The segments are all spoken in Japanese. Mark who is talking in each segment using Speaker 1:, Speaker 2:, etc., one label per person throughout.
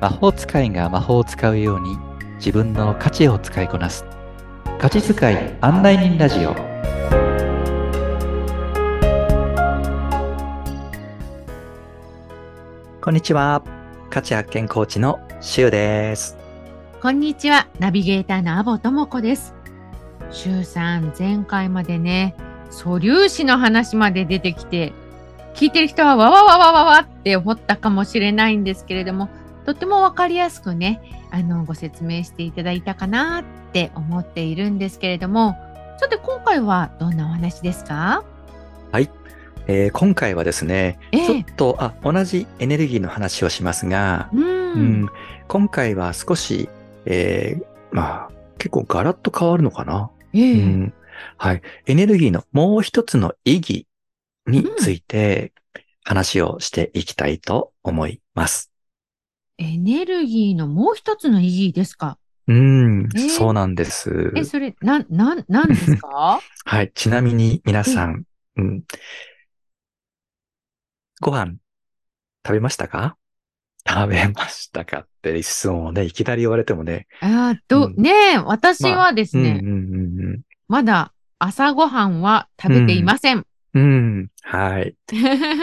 Speaker 1: 魔法使いが魔法を使うように自分の価値を使いこなす価値使い案内人ラジオこんにちは価値発見コーチのしゅうです
Speaker 2: こんにちは、ナビゲーターのアボともこです。シュウさん、前回までね、素粒子の話まで出てきて、聞いてる人はわわわわわわって思ったかもしれないんですけれども、とってもわかりやすくね、あの、ご説明していただいたかなって思っているんですけれども、さて今回はどんなお話ですか
Speaker 1: えー今回はですね、
Speaker 2: え
Speaker 1: ちょ
Speaker 2: え
Speaker 1: っとあ同じエネルギーの話をしますが、
Speaker 2: う
Speaker 1: うん
Speaker 2: ん。
Speaker 1: 今回は少し、えーまあ結構ガラッと変わるのかな
Speaker 2: え
Speaker 1: う
Speaker 2: え。
Speaker 1: んはい。エネルギーのもう一つの意義について話をしていきたいと思います。
Speaker 2: エネルギーのもう一つの意義ですか
Speaker 1: うん、
Speaker 2: えー
Speaker 1: そうなんです。
Speaker 2: え、それ、なん、なん、なんですか
Speaker 1: はい。ちなみに皆さん、うん、ご飯食べましたか食べましたかって質問をね、いきなり言われてもね。
Speaker 2: ああ、ど、
Speaker 1: うん
Speaker 2: ねえ、私はです
Speaker 1: うん
Speaker 2: ね、
Speaker 1: うんうん
Speaker 2: まだ朝ごはんは食べていませ ん。
Speaker 1: うん。うん、はい。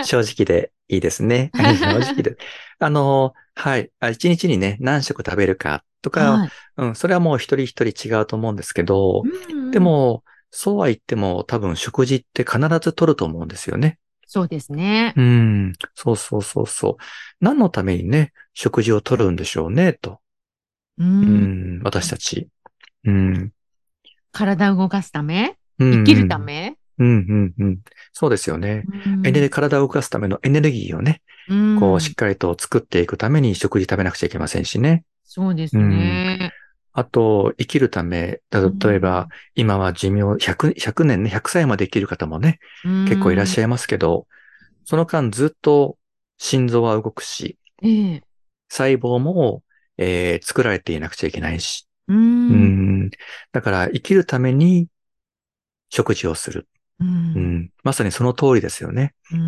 Speaker 1: 正直でいいですね。 はい正直で。あの、はい。あ一日にね、何食食べるかとか、
Speaker 2: はい
Speaker 1: うん、それはもう一人一人違うと思うんですけど、
Speaker 2: うん
Speaker 1: でも、そうは言っても多分食事って必ず取ると思うんですよね。
Speaker 2: そうですね。
Speaker 1: うん、そうそうそうそう。何のためにね、食事を取るんでしょうね、と。
Speaker 2: う、
Speaker 1: うんん、私たち。うん。
Speaker 2: 体を動かすため
Speaker 1: 生
Speaker 2: 生きるため、
Speaker 1: うん、うん、うん。そうですよね。
Speaker 2: うん
Speaker 1: エネル体を動かすためのエネルギーをね、
Speaker 2: うん
Speaker 1: こう、しっかりと作っていくために食事食べなくちゃいけませんしね。
Speaker 2: そうですね。
Speaker 1: あと、生きるため、た例えば、今は寿命100、100年ね、100歳まで生きる方もね、結構いらっしゃいますけど、その間ずっと心臓は動くし、
Speaker 2: ゃい。ええ
Speaker 1: 細胞も、えー作られていなくちゃいけないし、
Speaker 2: う
Speaker 1: うんんだから、生きるために食事をする、
Speaker 2: う
Speaker 1: うんんまさにその通りですよね。
Speaker 2: う
Speaker 1: うん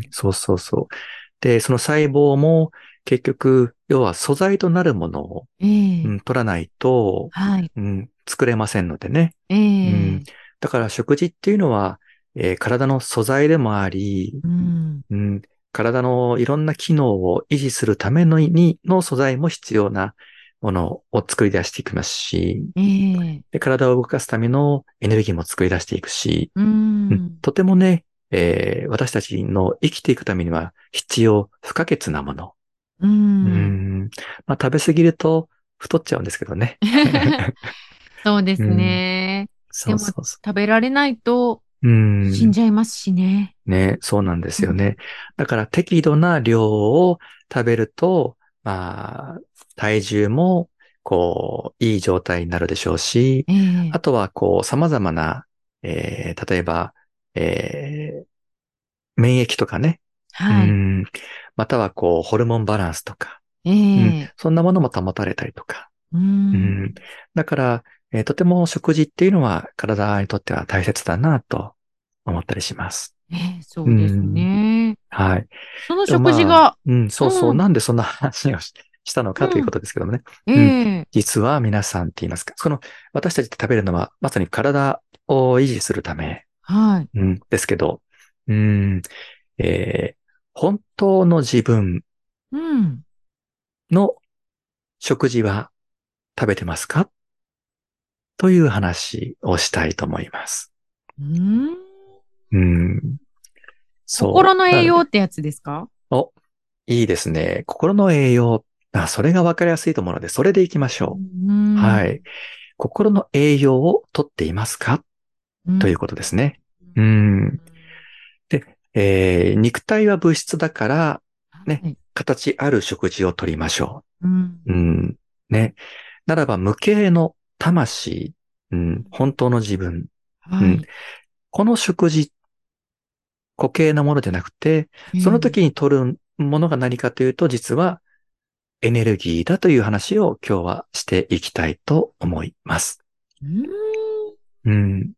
Speaker 1: ん、そうそうそう。で、その細胞も結局、要は素材となるものを、
Speaker 2: ええ
Speaker 1: うん、取らないと、
Speaker 2: はい。
Speaker 1: うん、作れませんのでね。
Speaker 2: ええ
Speaker 1: だから食事っていうのは、えー体の素材でもあり、
Speaker 2: うん
Speaker 1: うん、体のいろんな機能を維持するためのにの素材も必要なものを作り出していきますし、
Speaker 2: ええ
Speaker 1: で体を動かすためのエネルギーも作り出していくし、
Speaker 2: う
Speaker 1: うん
Speaker 2: ん
Speaker 1: とてもね、えー私たちの生きていくためには必要不可欠なもの。
Speaker 2: う
Speaker 1: うんんまあ、食べ過ぎると太っちゃうんですけど ね。
Speaker 2: そうですね。
Speaker 1: そうそうそ
Speaker 2: 食べられないと
Speaker 1: う。うん。
Speaker 2: 死んじゃいますしね。
Speaker 1: ね、そうなんですよね。だから適度な量を食べると、まあ、体重も、こう、いい状態になるでしょうし、
Speaker 2: ええ
Speaker 1: あとは、こう、様々な、えー例えば、えー免疫とかね、
Speaker 2: は
Speaker 1: う
Speaker 2: い。
Speaker 1: んまたはこう、ホルモンバランスとか、
Speaker 2: ええ
Speaker 1: そんなものも保たれたりとか。
Speaker 2: う
Speaker 1: うん
Speaker 2: ん
Speaker 1: だから、えーとても食事っていうのは体にとっては大切だなと思ったりします。
Speaker 2: ええそうですね。
Speaker 1: はい。
Speaker 2: その
Speaker 1: でも
Speaker 2: 食事
Speaker 1: まあ
Speaker 2: が、
Speaker 1: うん、そうそう、
Speaker 2: うん
Speaker 1: なんでそんな話をししたのかということですけどもね。
Speaker 2: ええ
Speaker 1: 実は皆さんって言いますか、その私たちって食べるのはまさに体を維持するため、
Speaker 2: はい。
Speaker 1: うん、ですけど、うん、えー本当の自分
Speaker 2: うん。
Speaker 1: の食事は食べてますかという話をしたいと思います。
Speaker 2: うん
Speaker 1: うん。そう
Speaker 2: 心の栄。
Speaker 1: な
Speaker 2: 養ってやつですか
Speaker 1: お、いいですね。心の栄養。あ、それがわかりやすいと思うので、それでいきましょう。は。。
Speaker 2: はい
Speaker 1: 心の栄養をとっていますかということですね。う
Speaker 2: うん。
Speaker 1: ん。えー肉体は物質だから、ね
Speaker 2: はい。
Speaker 1: 形ある食事をとりましょう。
Speaker 2: うん
Speaker 1: うん。ね。ならば無形の魂、うん、本当の自分。
Speaker 2: は
Speaker 1: うんこの食事、固形なものじゃなくて、
Speaker 2: い
Speaker 1: その時に取るものが何かというと、実はエネルギーだという話を今日はしていきたいと思います。
Speaker 2: うん
Speaker 1: うん。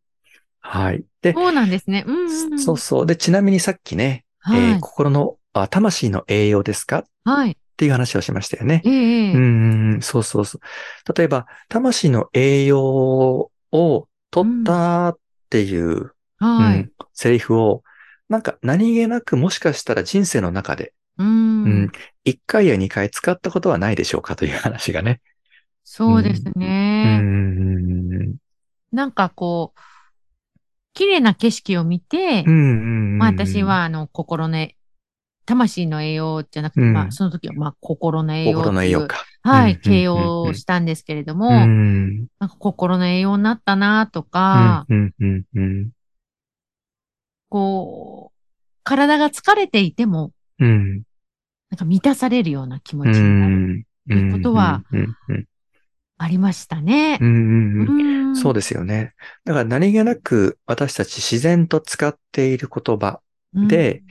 Speaker 1: はい。で、
Speaker 2: そうなんですね。うんんん。
Speaker 1: そうそう。で、ちなみにさっきね、えー
Speaker 2: はい。
Speaker 1: 心の、あ、魂の栄養ですか
Speaker 2: はい。
Speaker 1: っていう話をしましたよね。
Speaker 2: えええ
Speaker 1: う
Speaker 2: え
Speaker 1: ん、そうそうそう。例えば、魂の栄養を取ったっていう、うん
Speaker 2: はい。
Speaker 1: セリフを、なんか何気なくもしかしたら人生の中で、
Speaker 2: う
Speaker 1: うんん、1回や2回使ったことはないでしょうかという話がね。
Speaker 2: そうですね。
Speaker 1: うん、
Speaker 2: なんかこう、綺麗な景色を見て、
Speaker 1: うん、
Speaker 2: まあ私、はあの、心のえ、魂の栄養じゃなくて、
Speaker 1: うん
Speaker 2: まあその時はまあ心の栄養ってい
Speaker 1: 心
Speaker 2: う。
Speaker 1: の栄養か。
Speaker 2: は
Speaker 1: うんうんうん
Speaker 2: い、
Speaker 1: うん
Speaker 2: 形容をしたんですけれども、
Speaker 1: うん、
Speaker 2: なんか心の栄養になったなとか、
Speaker 1: うん、うん、うん、
Speaker 2: こう、体が疲れていても、
Speaker 1: うん、
Speaker 2: なんか満たされるような気持
Speaker 1: う
Speaker 2: ちになる
Speaker 1: ん、
Speaker 2: いうことは
Speaker 1: うん、うん、
Speaker 2: ありましたね
Speaker 1: う。ん、うん、
Speaker 2: うん
Speaker 1: そうですよね。だから何気なく私たち自然と使っている言葉、
Speaker 2: うん
Speaker 1: で、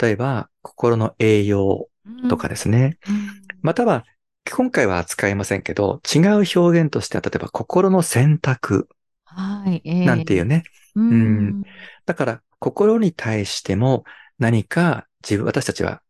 Speaker 1: 例えば心の栄養とかですね。
Speaker 2: うん
Speaker 1: または、今回は使いませんけど、違う表現としては、例えば心の選択
Speaker 2: はい、ええ
Speaker 1: なんていうね。
Speaker 2: うんん。
Speaker 1: だから心に対しても何か自分、私たちは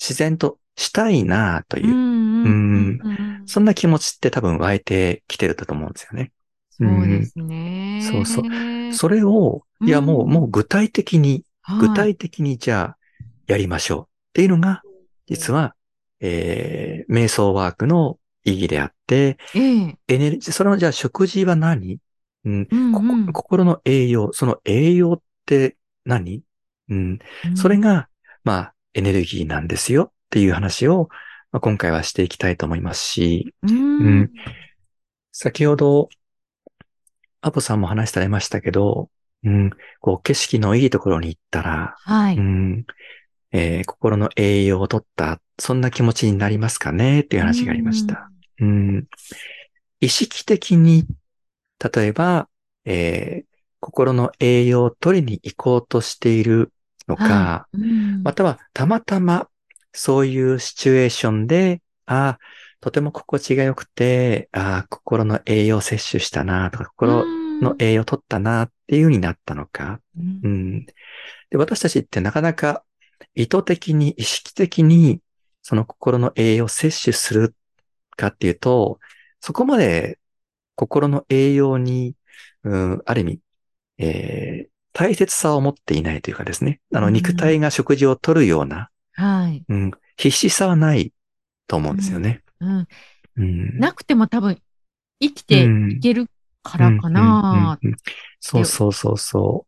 Speaker 1: 自然としたいなと
Speaker 2: う
Speaker 1: いう、
Speaker 2: ん。うんうん
Speaker 1: そんな気持ちって多分湧いてきてると思うんですよね。
Speaker 2: そうですね。
Speaker 1: そうそうそれを、いや
Speaker 2: うん
Speaker 1: もう、もう具体的に
Speaker 2: はい
Speaker 1: 具体的にじゃあやりましょうっていうのが、実は、えー、瞑想ワークの意義であって、
Speaker 2: ええ
Speaker 1: エネルギー、それのじゃあ食事は何、うん
Speaker 2: うん
Speaker 1: ここ
Speaker 2: うん
Speaker 1: 心の栄養、その栄養って何、うん、
Speaker 2: うん
Speaker 1: それが、まあ、エネルギーなんですよっていう話を、まあ、今回はしていきたいと思いますし、
Speaker 2: うん
Speaker 1: うん先ほど、アポさんも話されましたけど、うん、こう景色のいいところに行ったら、
Speaker 2: はい。
Speaker 1: うんえー心の栄養を取った、そんな気持ちになりますかねっていう話がありました。うん意識的に、例えば、えー心の栄養を取りに行こうとしているのか、
Speaker 2: うん。うん
Speaker 1: またはたまたまそういうシチュエーションで、ああ、とても心地が良くて、ああ、心の栄養摂取したなとか、心の栄養取ったなっていう風になったのか、
Speaker 2: うん
Speaker 1: うん。で、私たちってなかなか意図的に、意識的に、その心の栄養を摂取するかっていうと、そこまで心の栄養に、うん、ある意味、えー大切さを持っていないというかですね、あの、
Speaker 2: うん
Speaker 1: 肉体が食事をとるような、
Speaker 2: はい。
Speaker 1: うん、必死さはないと思うんですよね。
Speaker 2: うん。
Speaker 1: うん。
Speaker 2: なくても多分、生き
Speaker 1: う
Speaker 2: て
Speaker 1: ん
Speaker 2: いけるからかな。
Speaker 1: うんうんうんうんそうそうそうそ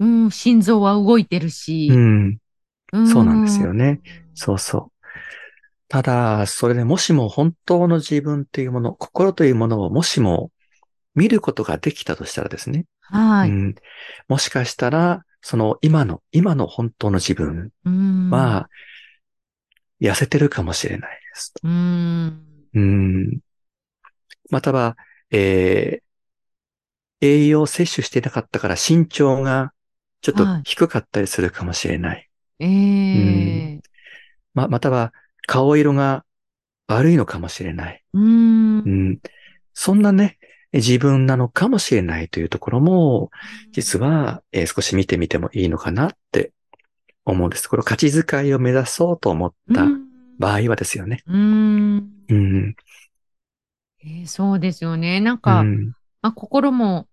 Speaker 2: うん。心臓は動いてるし
Speaker 1: う。う。ん。そうなんですよね。
Speaker 2: そ
Speaker 1: そうそう。ただ、それでもしも本当の自分というもの、心というものをもしも見ることができたとしたらですね。
Speaker 2: うん。は
Speaker 1: う
Speaker 2: い。
Speaker 1: ん、もしかしたら、その今の、今の本当の自分
Speaker 2: うん。
Speaker 1: は、痩せてるかもしれないです。
Speaker 2: うん。
Speaker 1: うん、または、えー栄養を摂取してなかったから身長がちょっと
Speaker 2: はい
Speaker 1: 低かったりするかもしれない
Speaker 2: ええ。
Speaker 1: ま、または顔色が悪いのかもしれない。
Speaker 2: うん
Speaker 1: う。ん。そんなね、自分なのかもしれないというところも、実は、えー少し見てみてもいいのかなって思うんです。これ、価値遣いを目指そうと思った
Speaker 2: うん
Speaker 1: 場合はですよね。
Speaker 2: うん。
Speaker 1: うん。
Speaker 2: ええそうですよね。なん
Speaker 1: う
Speaker 2: か、
Speaker 1: ん。
Speaker 2: まあ、心も、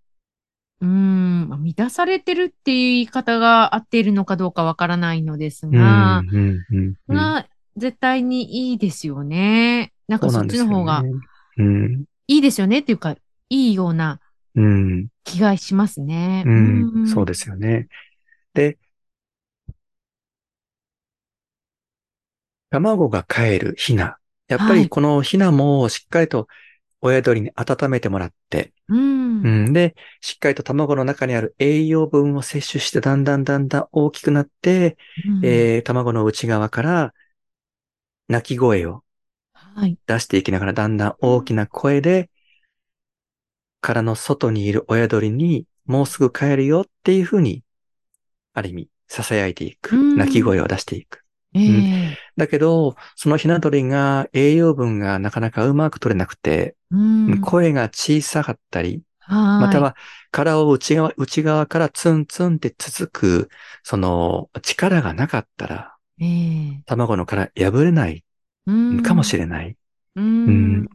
Speaker 2: うーん、まあ満たされてるっていう言い方が合っているのかどうかわからないのです
Speaker 1: うん。う
Speaker 2: が、
Speaker 1: ん。うん。うん
Speaker 2: が絶対にいいですよね。なん
Speaker 1: そ
Speaker 2: か
Speaker 1: う
Speaker 2: そ
Speaker 1: な
Speaker 2: っ
Speaker 1: んで
Speaker 2: ち
Speaker 1: すよ
Speaker 2: の
Speaker 1: ね
Speaker 2: 方が。
Speaker 1: うん。
Speaker 2: いいですよねっていうか、いいような
Speaker 1: うん。
Speaker 2: 気がしますね。
Speaker 1: うん。そうです
Speaker 2: よ。
Speaker 1: よね。で、卵が帰るヒナ。やっぱ
Speaker 2: はい
Speaker 1: りこのヒナもしっかりと親鳥に温めてもらって、
Speaker 2: うん。
Speaker 1: う
Speaker 2: うん
Speaker 1: ん、で、しっかりと卵の中にある栄養分を摂取して、だんだんだんだん大きくなって、えー卵の内側から鳴き声を
Speaker 2: はい。
Speaker 1: 出していきながら、だんだん大きな声で、殻の外にいる親鳥に、もうすぐ帰るよっていうふうに、ある意味、囁いていく。
Speaker 2: うん
Speaker 1: 鳴き声を出していく。
Speaker 2: ええ
Speaker 1: だけど、そのヒナ鳥が栄養分がなかなかうまく取れなくて、
Speaker 2: うん。
Speaker 1: 声が小さかったり、
Speaker 2: はい。
Speaker 1: または殻を内側、内側からツンツンってつつく、その力がなかったら、
Speaker 2: ええ
Speaker 1: 卵の殻破れない
Speaker 2: うん
Speaker 1: かもしれない。
Speaker 2: う
Speaker 1: うん
Speaker 2: ん。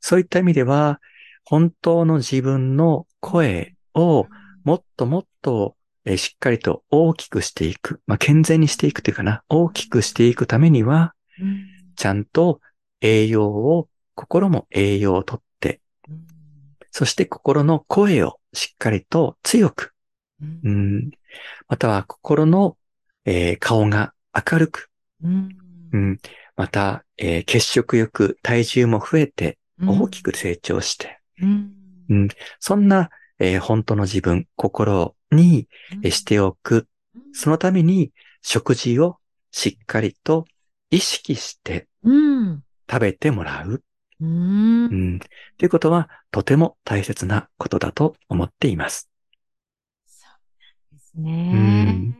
Speaker 1: そういった意味では、本当の自分の声をもっともっと、えーしっかりと大きくしていく。まあ、健全にしていくというかな。大きくしていくためには、
Speaker 2: うん
Speaker 1: ちゃんと栄養を、心も栄養をとって、そして心の声をしっかりと強く、
Speaker 2: うん
Speaker 1: うん、または心の、えー顔が明るく、
Speaker 2: うん
Speaker 1: うん、また、えー血色よく体重も増えて大きく成長して、
Speaker 2: うん
Speaker 1: そんな、えー本当の自分、心に、えーしておく。そのために、食事をしっかりと意識して
Speaker 2: うん
Speaker 1: 食べてもらう。う
Speaker 2: う
Speaker 1: んん。ということは、とても大切なことだと思っています。
Speaker 2: そうなんですね。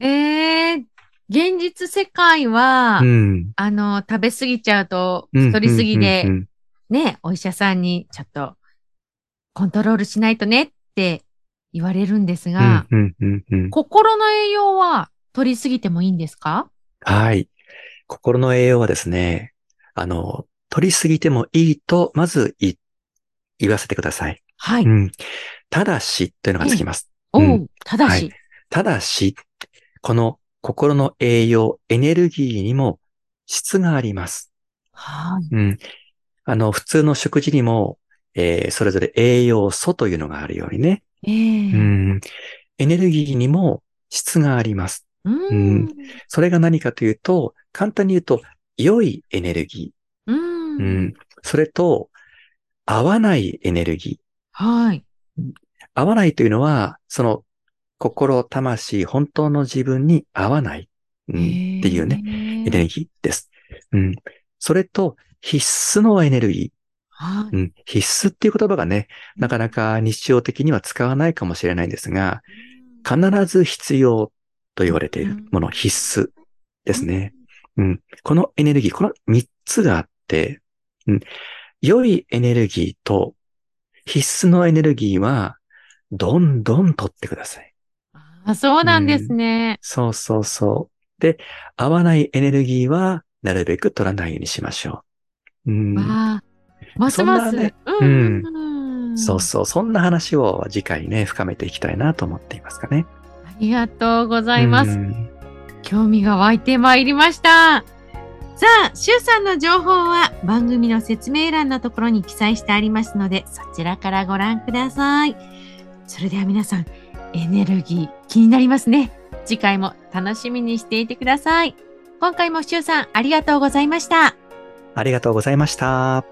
Speaker 2: えー、現実世界は、
Speaker 1: うん。
Speaker 2: あの、食べ過ぎちゃうと、
Speaker 1: うん
Speaker 2: 太りすぎ
Speaker 1: うんう
Speaker 2: で、
Speaker 1: ん
Speaker 2: ね、お医者さんにちょっと、コントロールしないとねって言われるんです
Speaker 1: う
Speaker 2: が
Speaker 1: ん、うんうんうんうん
Speaker 2: 心の栄養は取りすぎてもいいんですか
Speaker 1: はい。心の栄養はですね、あの、取りすぎてもいいと、まずい言わせてください。
Speaker 2: は
Speaker 1: う
Speaker 2: い。
Speaker 1: ん。ただしというのがつきます。
Speaker 2: お
Speaker 1: う
Speaker 2: う、ただし。
Speaker 1: ただし、この心の栄養、エネルギーにも質があります。
Speaker 2: はい。
Speaker 1: うん。あの、普通の食事にも、えーそれぞれ栄養素というのがあるようにね。
Speaker 2: え
Speaker 1: う
Speaker 2: え。
Speaker 1: ん。エネルギーにも質があります。
Speaker 2: うん。
Speaker 1: それが何かというと、簡単に言うと、良いエネルギ
Speaker 2: う。
Speaker 1: ー。うんん。それと、合わないエネルギー。
Speaker 2: はい。
Speaker 1: 合わないというのは、その、心、魂、本当の自分に合わない、うんっていうね、エネ
Speaker 2: ね。
Speaker 1: ルギーです。うん。それと、必須のエネルギ
Speaker 2: は
Speaker 1: ー。うん、必須っていう言葉がね、なかなか日常的には使わないかもしれないんですが、
Speaker 2: い。
Speaker 1: 必ず必要と言われているもの、必須ですね。うん。このエネルギー、この3つがあって、うん。良いエネルギーと必須のエネルギーは、どんどん取ってください。
Speaker 2: あ、そうなんですね。
Speaker 1: そうそうそう。で、合わないエネルギーは、なるべく取らないようにしましょう。うん。
Speaker 2: わあ。ますま
Speaker 1: そん
Speaker 2: す。
Speaker 1: なね
Speaker 2: うんうんうん
Speaker 1: そうそう。そんな話を次回ね、深めていきたいなと思っていますかね。
Speaker 2: ありがとうございます。
Speaker 1: うん
Speaker 2: 興味が湧いてまいりました。さあ、シュウさんの情報は番組の説明欄のところに記載してありますので、そちらからご覧ください。それでは皆さん、エネルギー気になりますね。次回も楽しみにしていてください。今回もシュウさんありがとうございました。
Speaker 1: ありがとうございました。